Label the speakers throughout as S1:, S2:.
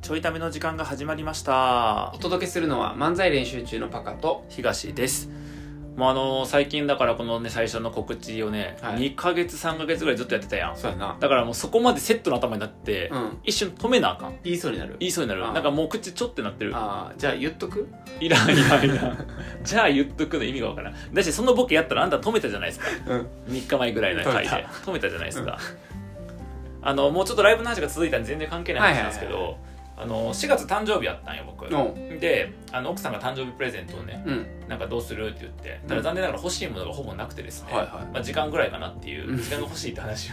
S1: ちょいための時間が始まりました
S2: お届けするのは漫才練習中のパカと
S1: 東ですもうあのー最近だからこのね最初の告知をね、
S2: はい
S1: 2ヶ月3ヶ月ぐらいずっとやってたやん
S2: そうやな
S1: だからもうそこまでセットの頭になって、
S2: うん
S1: 一瞬止めなあかん
S2: 言いそうになる
S1: 言いそうになる
S2: あー
S1: なんかもう口ちょってなってる
S2: ああじゃあ言っとく
S1: いらんいらんいら んじゃあ言っとくの意味がわからんだしそのボケやったらあんた止めたじゃないですか
S2: うん
S1: 3日前ぐらいの回で止
S2: 止め
S1: めたじゃないですか、あのもうちょっとライブの話が続いたんで全然関係ない話なんですけど、
S2: はい
S1: あの4月誕生日やったんよ僕
S2: おう
S1: であの奥さんが誕生日プレゼントをね
S2: うん
S1: なんかどうするって言ってただ
S2: うん
S1: 残念ながら欲しいものがほぼなくてですね、
S2: はいはい
S1: まあ、時間ぐらいかなっていううん時間が欲しいって話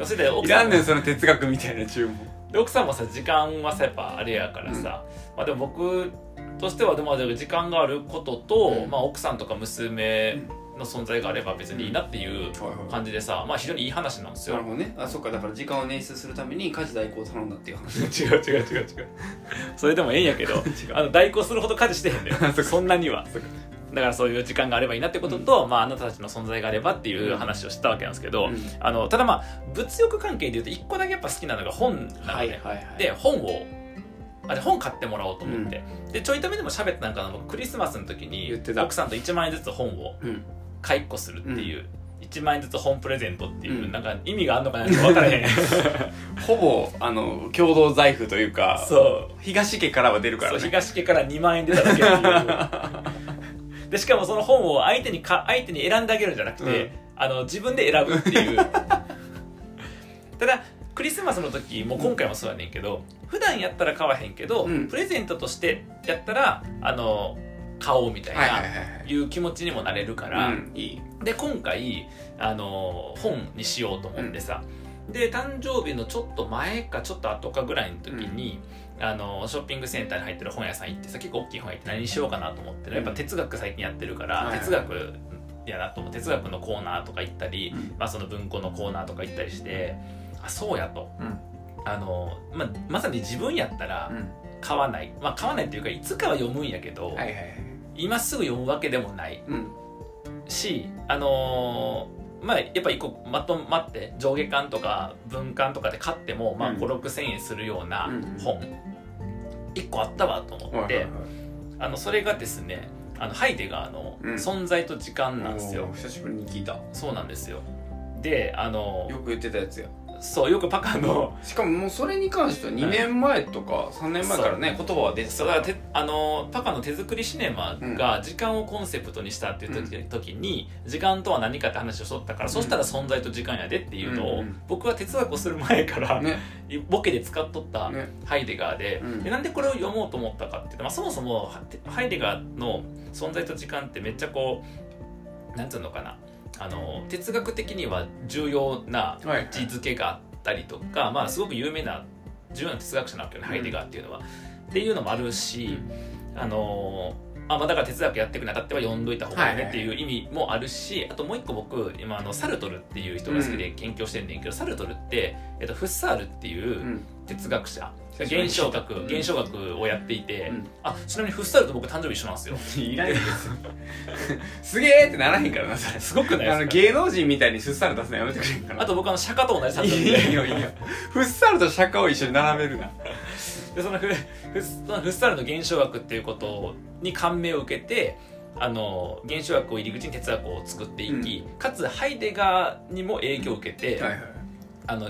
S1: を それで奥
S2: い
S1: さ
S2: ら
S1: ん
S2: ん
S1: も
S2: ねんその哲学みたいな注文
S1: で奥さんもさ時間はさやっぱあれやからさ、まあでも僕としてはでも時間があることと、
S2: うん
S1: まあ、奥さんとか娘の存在があれば別にいいなっていう
S2: はいはい
S1: 感じでさ、まあ、非常にいい話なん です
S2: な
S1: よ
S2: るほどねあそっかだから時間を捻出するために家事代行を頼んだっていう話
S1: 違う違う違う違うそれでもええんや けどあの代行するほど家事してへんだよ
S2: そっか
S1: そんなには
S2: そっか
S1: だからそういう時間があればいいなってことと、まあ、あなたたちの存在があればっていう話をしたわけなんですけど、
S2: うん
S1: あのただまあ物欲関係でいうと一個だけやっぱ好きなのが本なのね、
S2: はいはいはい
S1: で本をあで本買ってもらおうと思って、でちょいためでも喋ってなんかな僕クリスマスの時に
S2: 言ってた
S1: 奥さんと1万円ずつ本を
S2: うん
S1: 買いっこするっていう、1万円ずつ本プレゼントっていう、
S2: うん
S1: なんか意味があるのかなんか分からへん
S2: ほぼあの共同財布というか
S1: そう
S2: 東家からは出るから
S1: そう
S2: ね
S1: 東家から2万円出ただけって いうでしかもその本を相手にか相手に選んであげるんじゃなくて、
S2: うん
S1: あの自分で選ぶっていうただクリスマスの時も今回もそうやねんけど、普段やったら買わへんけど、
S2: うん
S1: プレゼントとしてやったらあの買おうみたいな、
S2: はい
S1: い
S2: はいはい
S1: いう気持ちにもなれるから、
S2: はいうんいい
S1: で今回あの本にしようと思ってさ、で誕生日のちょっと前かちょっと後かぐらいの時に、あのショッピングセンターに入ってる本屋さん行ってさ結構大きい本屋行って何にしようかなと思ってねやっぱ哲学最近やってるから、
S2: はいはい
S1: 哲学やなと思って哲学のコーナーとか行ったり、
S2: うん
S1: まあ、その文庫のコーナーとか行ったりしてあそうやと。あのまあ、まさに自分やったら
S2: うん
S1: 買わない、まあ、買わないっていうかいつかは読むんやけど、
S2: はいはいはい
S1: 今すぐ読むわけでもない
S2: うん
S1: しあのーまあやっぱ一個まとまって上下巻とか文巻とかで買っても、まあ、
S2: うん
S1: 5 6千円するような
S2: うん
S1: 本、1個あったわと思って、
S2: はいはいはい
S1: あのそれがですねあのハイデガーの
S2: う
S1: 「
S2: ん
S1: 存在と時間」なんですよ、
S2: おー久しぶりに聞いた
S1: そうなんですよであの
S2: よく言ってたやつや
S1: そうよくパカの
S2: しかももうそれに関しては2年前とか3年前からね言葉は出て
S1: そう
S2: た
S1: だ
S2: か
S1: かららてあのパカの手作りシネマが時間をコンセプトにしたっていう時,、時に時間とは何かって話をしとったから、そしたら存在と時間やでっていうのを、
S2: うんうん
S1: 僕は哲学をする前から、
S2: ね
S1: ボケで使っとった
S2: ね
S1: ハイデガーで,、
S2: うん
S1: でなんでこれを読もうと思ったかっていうと、まあ、そもそもはハイデガーの「存在と時間」ってめっちゃこうなんつうのかなあの哲学的には重要な
S2: はい
S1: 位置づけがあったりとか、まあ、すごく有名な重要な哲学者なわけよね、
S2: うん
S1: ハイデガーっていうのは。っていうのもあるし、あのあまあ、だから哲学やっていくにあたっては読んどいた方がいいねっていう意味もあるし、あともう一個僕今あのサルトルっていう人が好きで研究してんねんけど、サルトルって、えっと、フッサールっていう、
S2: うん
S1: 哲学者
S2: 久しぶりに
S1: 現象学、
S2: うん
S1: 現象学をやっていて、
S2: うん
S1: あちなみにフッサルと僕誕生日一緒なんですよ
S2: いらんよ別にすげえってならへんからなそれ
S1: すごくない
S2: あの
S1: ですか
S2: 芸能人みたいにフッサル出すのやめてくれんか
S1: あ
S2: な
S1: と僕あの釈迦と同じ誕生
S2: い
S1: 日
S2: い
S1: で
S2: よいいよフッサルと釈迦を一緒に並べるな
S1: でそのフフッそのフッサルの現象学っていうことに感銘を受けてあの現象学を入り口に哲学を作っていき、かつハイデガーにも影響を受けて、
S2: はいはい
S1: あの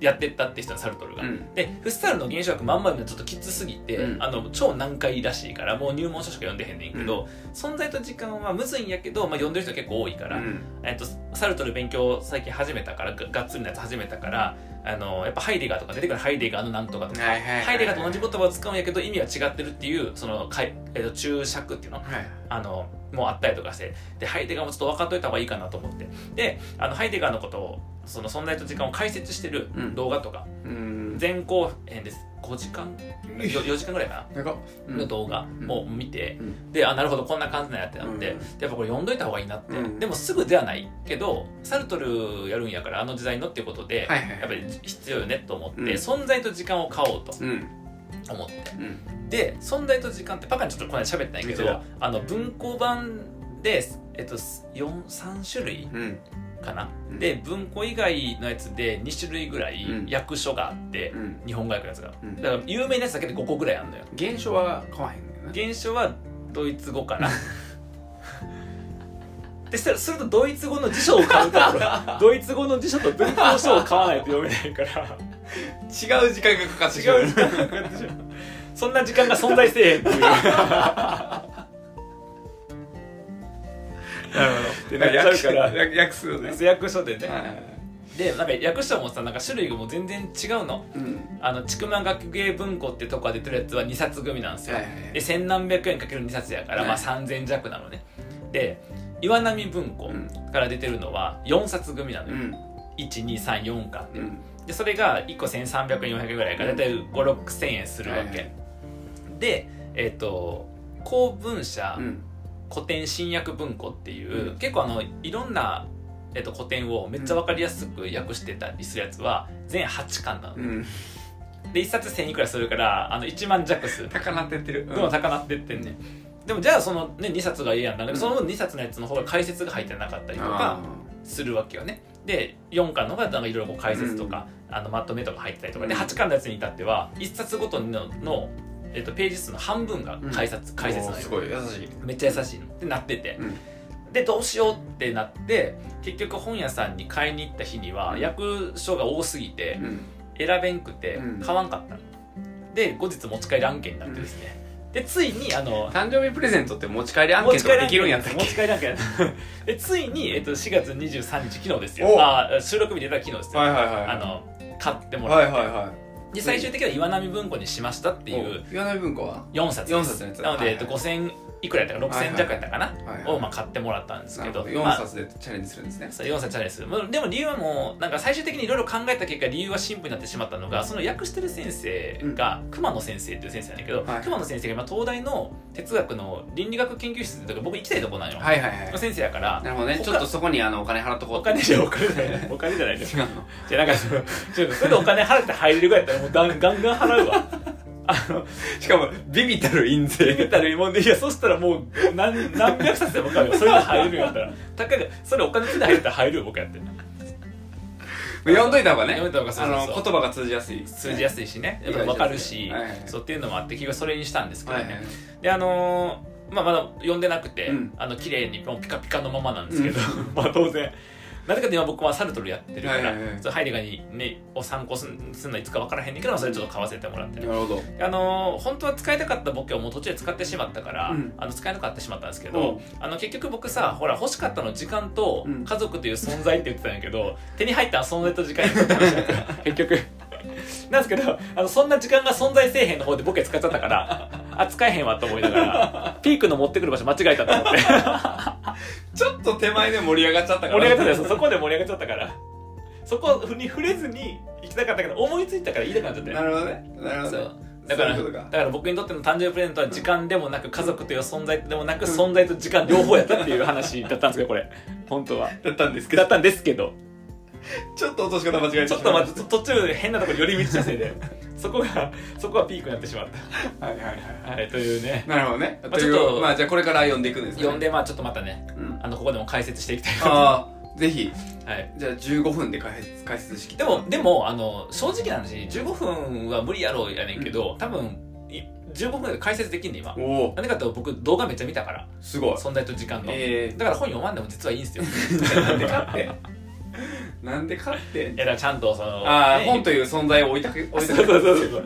S1: やってったって人はサルトルが、
S2: うん
S1: でフッサルの原子学まんまでちょっときつすぎて、
S2: うん
S1: あの超難解らしいからもう入門書しか読んでへんねんけど、存在と時間はむずいんやけど、まあ、読んでる人結構多いから、
S2: うん
S1: えっと、サルトル勉強最近始めたからががっつりのやつ始めたからあのやっぱハイデガーとか出てくるハイデガーのなんとかとか、
S2: はいはい
S1: ハイデガーと同じ言葉を使うんやけど意味は違ってるっていうそのかい、えっと、注釈っていうの
S2: はい
S1: あのもうあったりとかしてでハイデガーもちょっと分かっといた方がいいかなと思ってであのハイデガーのことをその存在と時間を解説してる
S2: うん
S1: 動画とか、
S2: うん
S1: 前後編です5時間よ4時間ぐらいか
S2: なんか
S1: なの動画
S2: ん
S1: を見て、
S2: うん
S1: であなるほどこんな感じなんやってなって、
S2: うん
S1: でやっぱこれ読んどいた方がいいなって、
S2: うん
S1: でもすぐではないけどサルトルやるんやからあの時代のっていうことで、
S2: はいはいはい
S1: やっぱり必要よねと思って、
S2: うん
S1: 存在と時間を買おうと
S2: うん
S1: 思って。
S2: うん
S1: で存在と時間ってパカにちょっとこの間喋ったんやけ
S2: 見て
S1: ど
S2: た
S1: あの文庫版で、えっと、4 3種類
S2: うん
S1: かな、
S2: うん
S1: で文庫以外のやつで2種類ぐらい
S2: うん
S1: 役所があって、
S2: うん
S1: 日本語訳のやつが、
S2: うん
S1: だから有名なやつだけで5個ぐらいあるのよ
S2: 現象は変わへんねんな
S1: 原書はドイツ語 かなでしたらするとドイツ語の辞書を買うとこ ろドイツ語の辞書と文法書を買わないと読めないから
S2: 違う時間がかかってしま
S1: 違
S2: う
S1: う時間がか かってしまうそんな時間が存在せえへんっていう
S2: なるほ
S1: ってなっちゃうから
S2: 略略するね
S1: 役所でね、
S2: はいはいはい
S1: でなんか役所もさなんか種類がもう全然違うの
S2: うん
S1: あの筑摩学芸文庫ってとこが出てるやつは2冊組なんですよ、
S2: はいはいはい
S1: で千何百円かける2冊やから、
S2: はい
S1: まあ3000弱なのねで岩波文庫
S2: うん
S1: から出てるのは4冊組なの
S2: う
S1: よ、
S2: ん
S1: 1234巻
S2: う
S1: で,、
S2: ん
S1: でそれが1個1300円400円ぐらいからだいたい56000円するわけ、
S2: はいはい
S1: でえっ、と公文社、
S2: うん
S1: 古典新訳文庫っていう、
S2: うん
S1: 結構あのいろんな、えっと古典をめっちゃ分かりやすく訳してたりするやつは全8巻なの、
S2: うん
S1: で1冊1000いくらするからあの1万弱する
S2: 高鳴ってってる
S1: どんどん高なってってんね、ん、でもじゃあその、ね、2冊がいいやんかでもその分2冊のやつの方が解説が入ってなかったりとか
S2: あ
S1: するわけよねで4巻の方がなんかいろいろこう解説とか、あのまとめとか入ってたりとかで
S2: うん
S1: 8巻のやつに至っては1冊ごとのの、えっとページ数の半分が解説,、
S2: ー
S1: 解説な
S2: お
S1: の
S2: ー
S1: よ
S2: すごい優しい
S1: めっちゃ優しいのってなってて、
S2: うん
S1: でどうしようってなって結局本屋さんに買いに行った日には
S2: うん
S1: 役所が多すぎて
S2: うん
S1: 選べんくて
S2: うん
S1: 買わんかったので後日持ち帰り案件になってですね、でついにあの
S2: 誕生日プレゼントって持ち帰りアンケートができるんやったっ
S1: 持
S2: け
S1: ち帰り案件でついに、えっと、4月23日昨日ですよ
S2: お
S1: あ収録日でた昨日ですよ、
S2: はいはいはい
S1: あの買ってもらっ
S2: はい
S1: て、
S2: はいはい
S1: で最終的には岩波文庫にしましたっていう
S2: お言わない文化は
S1: 4冊です
S2: 四冊のやつ
S1: なので、えっと、
S2: はい
S1: 5000いくらやったか6000弱やったかな、
S2: はいはい
S1: をまあ買ってもらったんですけど
S2: なるほ
S1: ま
S2: 4
S1: あ
S2: 冊でチャレンジするんですね
S1: そう4冊チャレンジするまあでも理由はもうなんか最終的にいろいろ考えた結果理由はシンプルになってしまったのがその訳してる先生が、熊野先生っていう先生なんだけど、
S2: はい
S1: 熊野先生が今東大の哲学の倫理学研究室ってとこ僕行きたいとこなんよ、
S2: はいはいはい
S1: の先生やから
S2: なるほどね
S1: 他
S2: ちょっとそこにあのお金払っとこう
S1: お金じゃお金じ ゃないお金じゃないです
S2: 違うの
S1: じゃあなんかそのちょっとそれでお金払って入れるぐらいやったらもうだんガンガン払うわあの
S2: しかもビビたる印
S1: 言
S2: 税
S1: ったらいいもんでいやそしたらもう何何百冊でも買うよそれで入るんやったらたかがそれお金ついて入ったら入るよ僕やって
S2: 読んどいた方がね
S1: 読んどいた方がそう
S2: あ
S1: そう
S2: の
S1: そう
S2: 言葉が通じやすい
S1: 通じやすいしね
S2: はい
S1: 分かるし、
S2: はいはい
S1: そうっていうのもあって結局それにしたんですけど
S2: は
S1: ね、
S2: いはい
S1: であのーまあ、まだ読んでなくて、
S2: うん
S1: あの綺麗にもうピカピカのままなんですけど、 まあ当然なぜかと今僕はサルトルやってるから、
S2: はいはいはい
S1: そうハイデガーに、ね、を参考するするのはいつか分からへんねんけどそれちょっと買わせてもらって
S2: な
S1: る
S2: るほ ど
S1: あのー本当は使いたかったボケをもう途中で使ってしまったから、
S2: うん
S1: あの使えなかったしまったんですけど、あの結局僕さほら欲しかったの時間と
S2: うん
S1: 家族という存在って言ってたんやけど、手に入ったのは存在と時間やった話だから結局なんですけどあのそんな時間が存在せえへんの方でボケ使っちゃったからあ使えへんわと思いながらピークの持ってくる場所間違えたと思って
S2: ちょっと手前で盛り上がっちゃったから
S1: 盛り上がっちゃったよ そこで盛り上がっちゃったからそこに触れずに行きたかったけど思いついたから言いたくなっちゃったよ
S2: なるほどねなるほ
S1: そ
S2: ど
S1: う
S2: ね
S1: だから
S2: そういうこと
S1: だから僕にとっての誕生日プレゼントは時間でもなく家族という存在でもなく存在と時間両方やったっていう話だったんですけどこれ本 当は
S2: だったんですけ
S1: だっ
S2: ど
S1: たんですけど
S2: ちょっと落とし方間違えてし
S1: ちょっと待って途中で変なところに寄り道したせいでそこがそこがピークになってしまっ
S2: はいはいはい
S1: た、はい、というね
S2: なるほどね
S1: あ
S2: とい
S1: ちょっと
S2: うまあじゃあこれから読んでいくんですね
S1: 呼んでまあちょっとまたね
S2: うん
S1: あのここでも解説していきたいな
S2: ああぜひ
S1: と、はい、
S2: じゃあ15分で解説解説しき
S1: でもでもあの正直な話15分は無理やろうやねんけど多分い15分で解説できんねん今
S2: おお
S1: 何かというと僕動画めっちゃ見たから
S2: すごい
S1: 存在と時間の、
S2: え
S1: だから本読まんでも実はいいんですよ
S2: ー、なんで勝って んなんで勝ってん
S1: いやだからちゃんとその
S2: ああ、
S1: ね
S2: 本という存在を置いたく置い
S1: そ
S2: た
S1: う
S2: く
S1: そうそうそう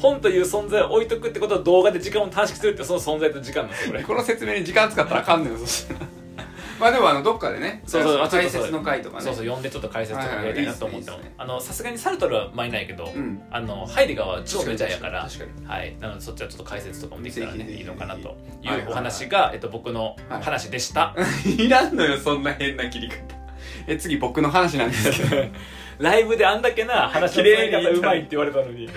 S1: 本という存在を置いとくってことは動画で時間を短縮するってその存在と時間なんですよこれ
S2: この説明に時間使ったらあかんねんそしたら まあでもあのどっかでね
S1: そうそう
S2: 解説の回とかね
S1: そうそう読んでちょっと解説とかやりたいなと思っても
S2: はいはいいいっすねいいっすね
S1: あのさすがにサルトルはまいないけど、
S2: うん
S1: あのハイデガーは超メジャーやから
S2: 確かに確
S1: はい、なのでそっちはちょっと解説とかもできたら
S2: ぜ
S1: ね
S2: ひぜひ
S1: いいのかなとい
S2: はいはいうはい
S1: お話が、えっと、僕の
S2: はい
S1: 話でした、
S2: いらんのよそんな変な切り方え次僕の話なんで すけど
S1: ライブであんだけな話の
S2: 綺麗に
S1: 伝え方うまいって言われたのに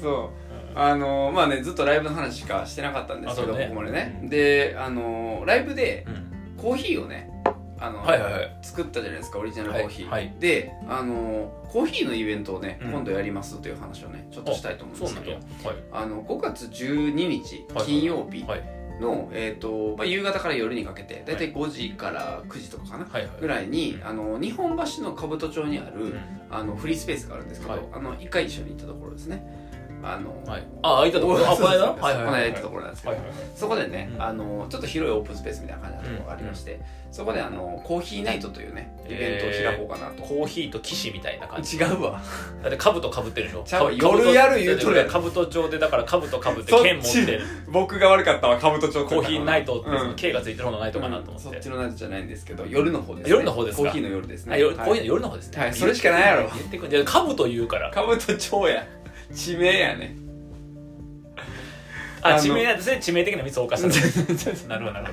S2: そうあのまあねずっとライブの話しかしてなかったんですけ
S1: あそ
S2: ど、
S1: うね
S2: ここまで
S1: う
S2: ね
S1: ん
S2: であのライブで
S1: うん
S2: コーヒーをねあの、
S1: はいはいはい
S2: 作ったじゃないですかオリジナルコーヒー、
S1: はいはい
S2: であのコーヒーのイベントをね
S1: うん
S2: 今度やりますという話をねちょっとしたいと思うん
S1: そ
S2: で
S1: う
S2: す
S1: な
S2: け
S1: ん
S2: ど、
S1: やはい
S2: あの5月12日
S1: はい
S2: 金曜日
S1: はい
S2: の、えーとまあ、夕方から夜にかけて大体5時から9時とかかな
S1: はいはい
S2: ぐらいに、
S1: うん
S2: あの日本橋の兜町にある、
S1: うん
S2: あのフリースペースがあるんですけど、
S1: はい
S2: あの一回一緒に行ったところですねあの、
S1: はいああいたとこ
S2: そう
S1: あ
S2: そ
S1: この
S2: う
S1: 間
S2: そう
S1: はいはい
S2: この
S1: はい
S2: 間行ったところなんですけど、
S1: はいはいはい
S2: そこでね、
S1: うん
S2: あのちょっと広いオープンスペースみたいな感じのところがありまして、そこであのコーヒーナイトというねイベントを開こうかなと、
S1: コーヒーと騎士みたいな感じ
S2: 違うわ
S1: だって兜かぶってるでしょ
S2: ちゃう夜やる言うとるやん
S1: 兜町でだから兜かぶって
S2: そっち
S1: 剣持って
S2: 僕が悪かったわ兜町
S1: コーヒーナイトって
S2: うん
S1: その K がついてる方のナイトかなと思っ
S2: そ
S1: て
S2: っちのナイトじゃないんですけど夜の方です、ね、
S1: 夜の方ですか
S2: コーヒーの夜ですね
S1: あ夜
S2: はい
S1: こういうの夜の方ですね。
S2: はいそれしかないやろ
S1: 言ってくんじゃかぶと言うから。
S2: 兜町や地名やねあ
S1: あ、
S2: の
S1: 致命な、それ致命的なミスを犯 した。なるほど、なるほ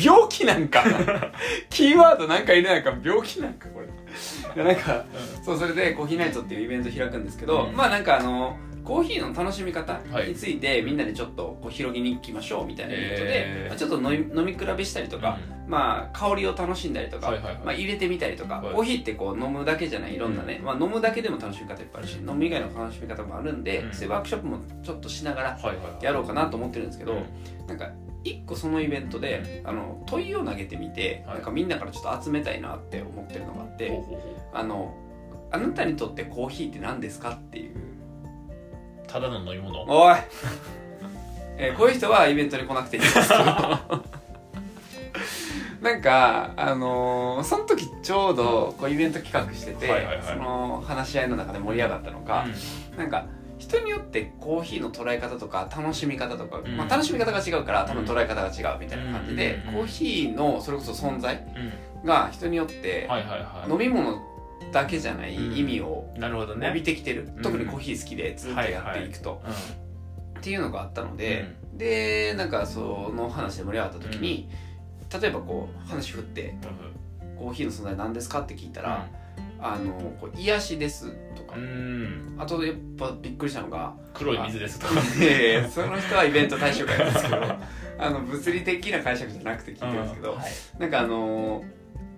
S2: 病気なん かキーワードなんかいないか病気なんかこれ いやなんかそうそれでコーヒーナイトっていうイベント開くんですけど、
S1: うん
S2: まあなんかあのコーヒーの楽しみ方
S1: はい
S2: についてみんなでちょっとこう広げに行きましょうみたいなイベントで、
S1: へー
S2: まあちょっと飲み飲み比べしたりと
S1: ど。
S2: か、まあ香りを楽しんだりとか、
S1: はいはいはい
S2: まあ、入れてみたりとか、
S1: はい
S2: コーヒーってこう飲むだけじゃないいろんなね、まあ、飲むだけでも楽しみ方いっぱいあるし飲む以外の楽しみ方もあるんで、
S1: うん
S2: そういうワークショップもちょっとしながら
S1: はいはい。
S2: やろうかなと思ってるんですけ
S1: け
S2: ど、なんか一個そのイベントであの問いを投げてみて、
S1: はい
S2: なんかみんなからちょっと集めたいなって思ってるのがあって、あのあなたにとってコーヒーって何ですかっていう
S1: ただの飲み物。
S2: おい、 えーこういう人はイベントに来なくていい ですけどなんかあのーその時ちょうどこうイベント企画してて、
S1: はいはいはい
S2: その話し合いの中で盛り上がったのが、なんか人によってコーヒーの捉え方とか楽しみ方とか、
S1: うん
S2: まあ、楽しみ方が違うから多分捉え方が違うみたいな感じで、
S1: うん
S2: コーヒーのそれこそ存在
S1: うん。
S2: が人によって
S1: はいはいはい。
S2: 飲み物だけじゃない意味を
S1: なるほどね。
S2: 帯びてきてる、
S1: うん
S2: 特にコーヒー好きでずっとやっていくと、
S1: う
S2: っていうのがあったの
S1: ん
S2: で、でなんかその話で盛り上がった時に、例えばこう話振って「コーヒーの存在何ですか?」って聞いたら「あのこう癒しです」とか、
S1: うん。うん。
S2: あとやっぱびっくりしたのが
S1: 黒い水ですとか。
S2: 「いやい やその人はイベント対象外なんですけど あの物理的な解釈じゃなくて聞いてるんですけど、
S1: はい。
S2: なんかあの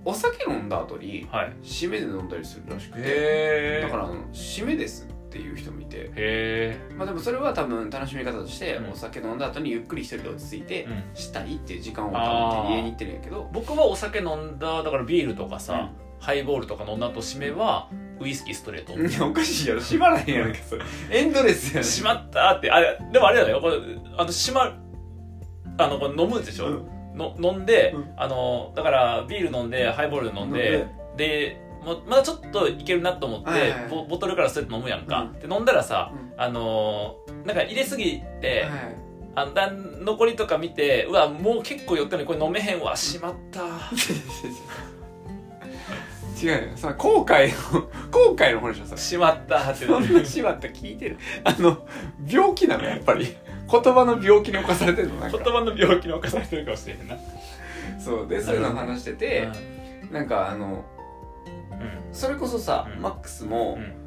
S2: お酒飲んだ後に
S1: はい。
S2: 締めで飲んだりするらしくて
S1: へ
S2: だからあの締めですっていう人もいて、
S1: へ
S2: まあ、でもそれは多分楽しみ方として
S1: うん
S2: お酒飲んだ後にゆっくり一人で落ち着いて、
S1: え。うん。
S2: したいっていう時間を多分手に入れに行ってるんやけど
S1: 僕はお酒飲んだ、だからビールとかさ、ハイボールとか飲んだと締めは、ウイスキーストレート。
S2: いやおかしいやろ縛らへんやろけそれエンドレス や
S1: しまったってあれでもあれだよこれあのしまあのこれ飲むでしょ、
S2: うん
S1: の飲んで、
S2: うん
S1: あのだからビール飲んでハイボール飲んででもまだちょっといけるなと思って、
S2: はいはいはい
S1: ボボトルからそうやって飲むやんか、
S2: う
S1: で飲んだらさ
S2: うん
S1: あのーなんか入れすぎて、
S2: はい
S1: あのだん残りとか見てうわもう結構酔ってるのにこれ飲めへんわしまった
S2: 違うよその後悔の後悔の方でしょそれ
S1: しまったって
S2: そんな縛った聞いてるあの病気なのやっぱり言葉の病気に侵されてるのなん
S1: 言
S2: か
S1: 葉の病気に侵されてるかもしれへんな、
S2: そうでそういうのを話しててなんかあの
S1: うん
S2: それこそさ、
S1: うん
S2: マックスも
S1: うん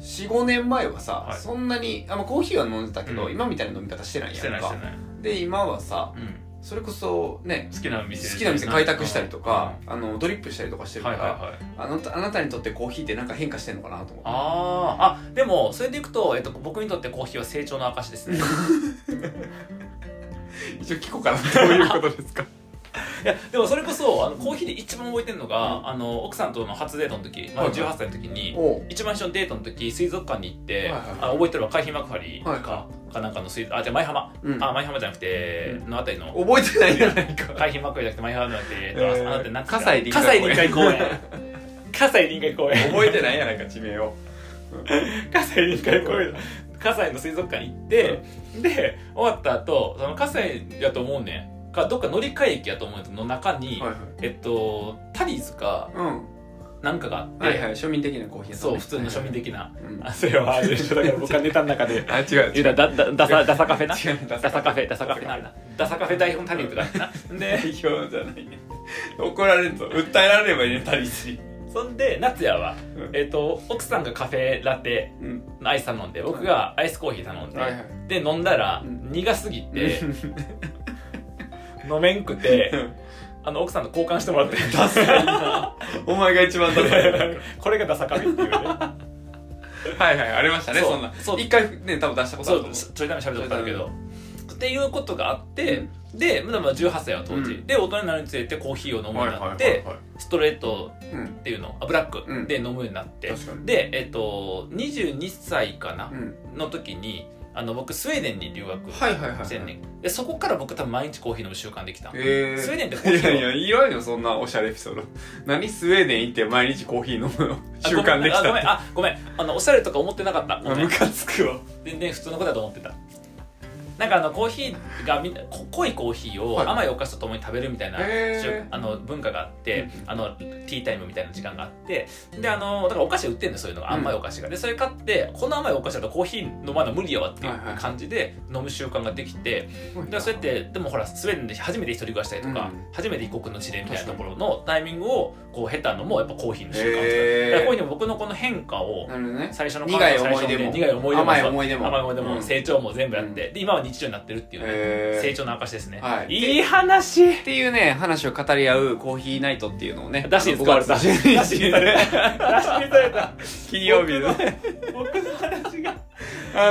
S2: 45年前はさ、
S1: はい
S2: そんなにあ、まあ、コーヒーは飲んでたけど、
S1: うん
S2: 今みたいな飲み方してない
S1: し
S2: や
S1: て
S2: ん
S1: ない
S2: か
S1: してない、
S2: で今はさ
S1: うん
S2: それこそね
S1: 好きな店
S2: 好きな店開拓したりとか、あのドリップしたりとかして
S1: うん
S2: るか
S1: はい
S2: ら、
S1: はいはい
S2: あのあなたにとってコーヒーってなんか変化してんのかなと思って
S1: あーあでもそれでいくと、えっと、僕にとってコーヒーは成長の証 ですね
S2: 一応聞こうかなどういうことですか
S1: いやでもそれこそあのコーヒーで一番覚えてるのが、あの奥さんとの初デートの時、ま
S2: は
S1: あ、
S2: いはい
S1: 18歳の時に、
S2: おう
S1: 一番最初のデートの時水族館に行って、
S2: はいはいはい
S1: あ覚えてるわ海浜幕張か,、
S2: はいは
S1: かなんかの水族あじゃあ舞浜、
S2: うん
S1: あ舞浜じゃなくて、
S2: う
S1: のあたりの
S2: 覚えてないじゃない か
S1: 海浜幕張じゃなくて舞浜じゃなくて、えっと
S2: えー
S1: あなたなんて
S2: 葛西臨海公園
S1: 葛西臨海公園葛西臨海公園
S2: 覚えてないやないか地名を
S1: 葛西臨海公 園葛西の水族館行って、で終わった後その葛西やと思うねんかどっか乗り換え駅やと思うねんの中に、
S2: はいはい
S1: えっとタリーズか
S2: うん
S1: なんかがあって、
S2: はいはい庶民的なコーヒー屋さん
S1: そ
S2: ね
S1: う普通の庶民的な、
S2: うん
S1: あそれはあれでしょだから僕はネタの中 で
S2: あ違う違
S1: 言う
S2: う
S1: たらダダダサダサカフェな
S2: 違うダ
S1: ダサカフェダサカフェなあれなダサカフェ台本タリーズがあるなで
S2: 代表じゃないね怒られるぞ訴えられればいいねタリスに
S1: そんで夏也は、
S2: うん
S1: えっと奥さんがカフェラテ
S2: うん
S1: アイス頼んで僕がアイスコーヒー頼んで、
S2: はいはい
S1: で飲んだら
S2: うん
S1: 苦すぎて、飲めんくてあの奥さんと交換してもらって
S2: ダサいな お前が一番ダサいな
S1: これがダサカフェっていうね
S2: はいはいありましたね
S1: そう
S2: そんな
S1: そう
S2: 一回ね多分出したことあ
S1: そ
S2: ると思
S1: うちょいだめ喋ったことあるけどっていうことがあって、でまだまだ18歳は当時、
S2: うん
S1: で大人になるにつれてコーヒーを飲むようになって、
S2: はい
S1: ストレート
S2: うん
S1: っていうのあブラッ
S2: う
S1: ク
S2: ん
S1: で飲むようになって、
S2: 確かに
S1: でえっと22歳かな
S2: う、ん
S1: の時にあの僕スウェーデンに留学
S2: はいはいはい
S1: してんねん、でそこから僕多分毎日コーヒー飲む習慣できた、
S2: えー
S1: スウェーデンってコ
S2: い
S1: ーヒーを
S2: やいや、いらんよ、そんなおしゃれエピソード。 何スウェーデン行って毎日コーヒー飲むの
S1: あ
S2: 習慣できた
S1: ごめ
S2: っ
S1: ん
S2: て。
S1: あごめんあごめんあのおしゃれとか思ってなかったごめん
S2: ムカつくわ。
S1: 全然普通のことだと思ってたなんかあのコーヒーがみんなこ濃いコーヒーを
S2: はい
S1: 甘いお菓子とともに食べるみたいな、
S2: へー
S1: しゅあの文化があってあのティータイムみたいな時間があってであのだからお菓子売ってんのそういうのが
S2: うん
S1: 甘いお菓子がでそれ買ってこの甘いお菓子だとコーヒー飲まな無理やわっていう
S2: はいはい
S1: 感じで飲む習慣ができてだからそうやってでもほらスウェーデンで初めて一人暮らしたりとか、
S2: うん
S1: 初めて異国の地でみたいなところのタイミングをこう経たのもやっぱコーヒーの習慣です
S2: へー
S1: だからコーヒーの僕のこの変化を
S2: なるほどね。
S1: 最初の
S2: 苦い思い
S1: 最
S2: 出
S1: 初の
S2: も。
S1: 苦い思い出も
S2: 甘い思い出も。
S1: 甘いものでも
S2: うん
S1: 成長も全部やって、で今は日常になってるっていうね、
S2: へー
S1: 成長の証ですね、
S2: はい
S1: い、い話
S2: っていうね、話を語り合うコーヒーナイトっていうのをね。
S1: だしに使われた
S2: 5月12
S1: だしにされただしにされた
S2: 金曜日のね。
S1: 僕の話が
S2: あ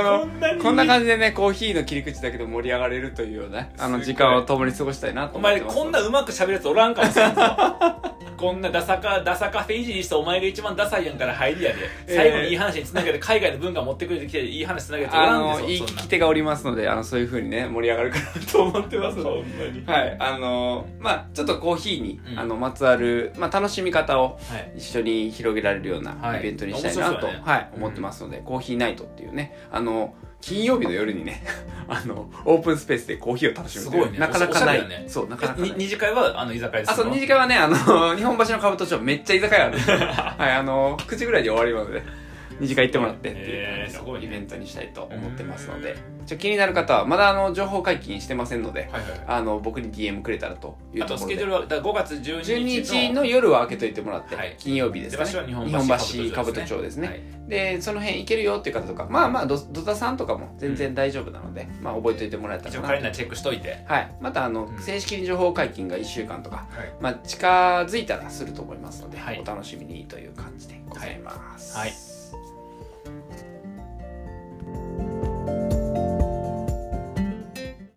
S1: こ
S2: の、
S1: んなに
S2: こんな感じでね、コーヒーの切り口だけど盛り上がれるというような、あ
S1: すご
S2: の、
S1: い
S2: 時間を共に過ごしたいなと
S1: お
S2: 思っ
S1: 前
S2: てます。
S1: こんなうまく喋るやつおらんかもしれんぞこんなダサかダサカフェイジにしてお前が一番ダサいやんから入りやで最後にいい話につなげて海外の文化持ってくれてきていい話つなげてお
S2: あ
S1: らん
S2: の、
S1: ぞ
S2: いい
S1: そん
S2: 聞
S1: な
S2: き手がおりますので、あの、そういう風にね、盛り上がるかなと思ってますの で。
S1: ほんまに
S2: はい、あのーまあちょっとコーヒーに、
S1: うん
S2: あのまつわる、まあ、楽しみ方を
S1: はい
S2: 一緒に広げられるよう
S1: は
S2: ないイベントにしたいなと、
S1: 面白そう
S2: はい
S1: だねうん
S2: 思ってますので、コーヒーナイトっていうねあの金曜日の夜にね あのオープンスペースでコーヒーを楽しむと
S1: すごいね
S2: なかなかな
S1: おしゃ
S2: い、
S1: れだね
S2: そうなかなかな
S1: に
S2: い
S1: 二次会はあの居酒屋です
S2: あそう二次会はねあの 日本橋の兜町めっちゃ居酒屋あるんで すよはいあの9時ぐらいで終わりますので二次会行ってもらってっていう
S1: えーす
S2: 感じ
S1: ごい
S2: の
S1: ね
S2: イベントにしたいと思ってますので、ちょ気になる方はまだあの情報解禁してませんので
S1: はいはいはい
S2: あの僕に DM くれたらという
S1: あ
S2: と
S1: と
S2: こ
S1: ス
S2: ろ
S1: ケジュー
S2: で
S1: ルはだから5月12
S2: 12
S1: 日
S2: 日
S1: の
S2: の夜は開けといてもらって、
S1: はい
S2: 金曜日ですかね
S1: 場所は日本
S2: 日
S1: 橋
S2: 本
S1: 兜
S2: 橋
S1: 町
S2: 兜町
S1: で
S2: ですす
S1: ね
S2: ね、
S1: はい
S2: でその辺行けるよっていう方とかまあまあドドタさんとかも全然大丈夫なので、まあ覚えておいてもらえた
S1: 一
S2: ら
S1: 応
S2: な
S1: カレンダーチェックしといて、
S2: はい、またあの、
S1: うん
S2: 正式に情報解禁が1週間とか、
S1: はい
S2: まあ、近づいたらすると思いますので、
S1: はい
S2: お楽しみにという感じでございます。
S1: はい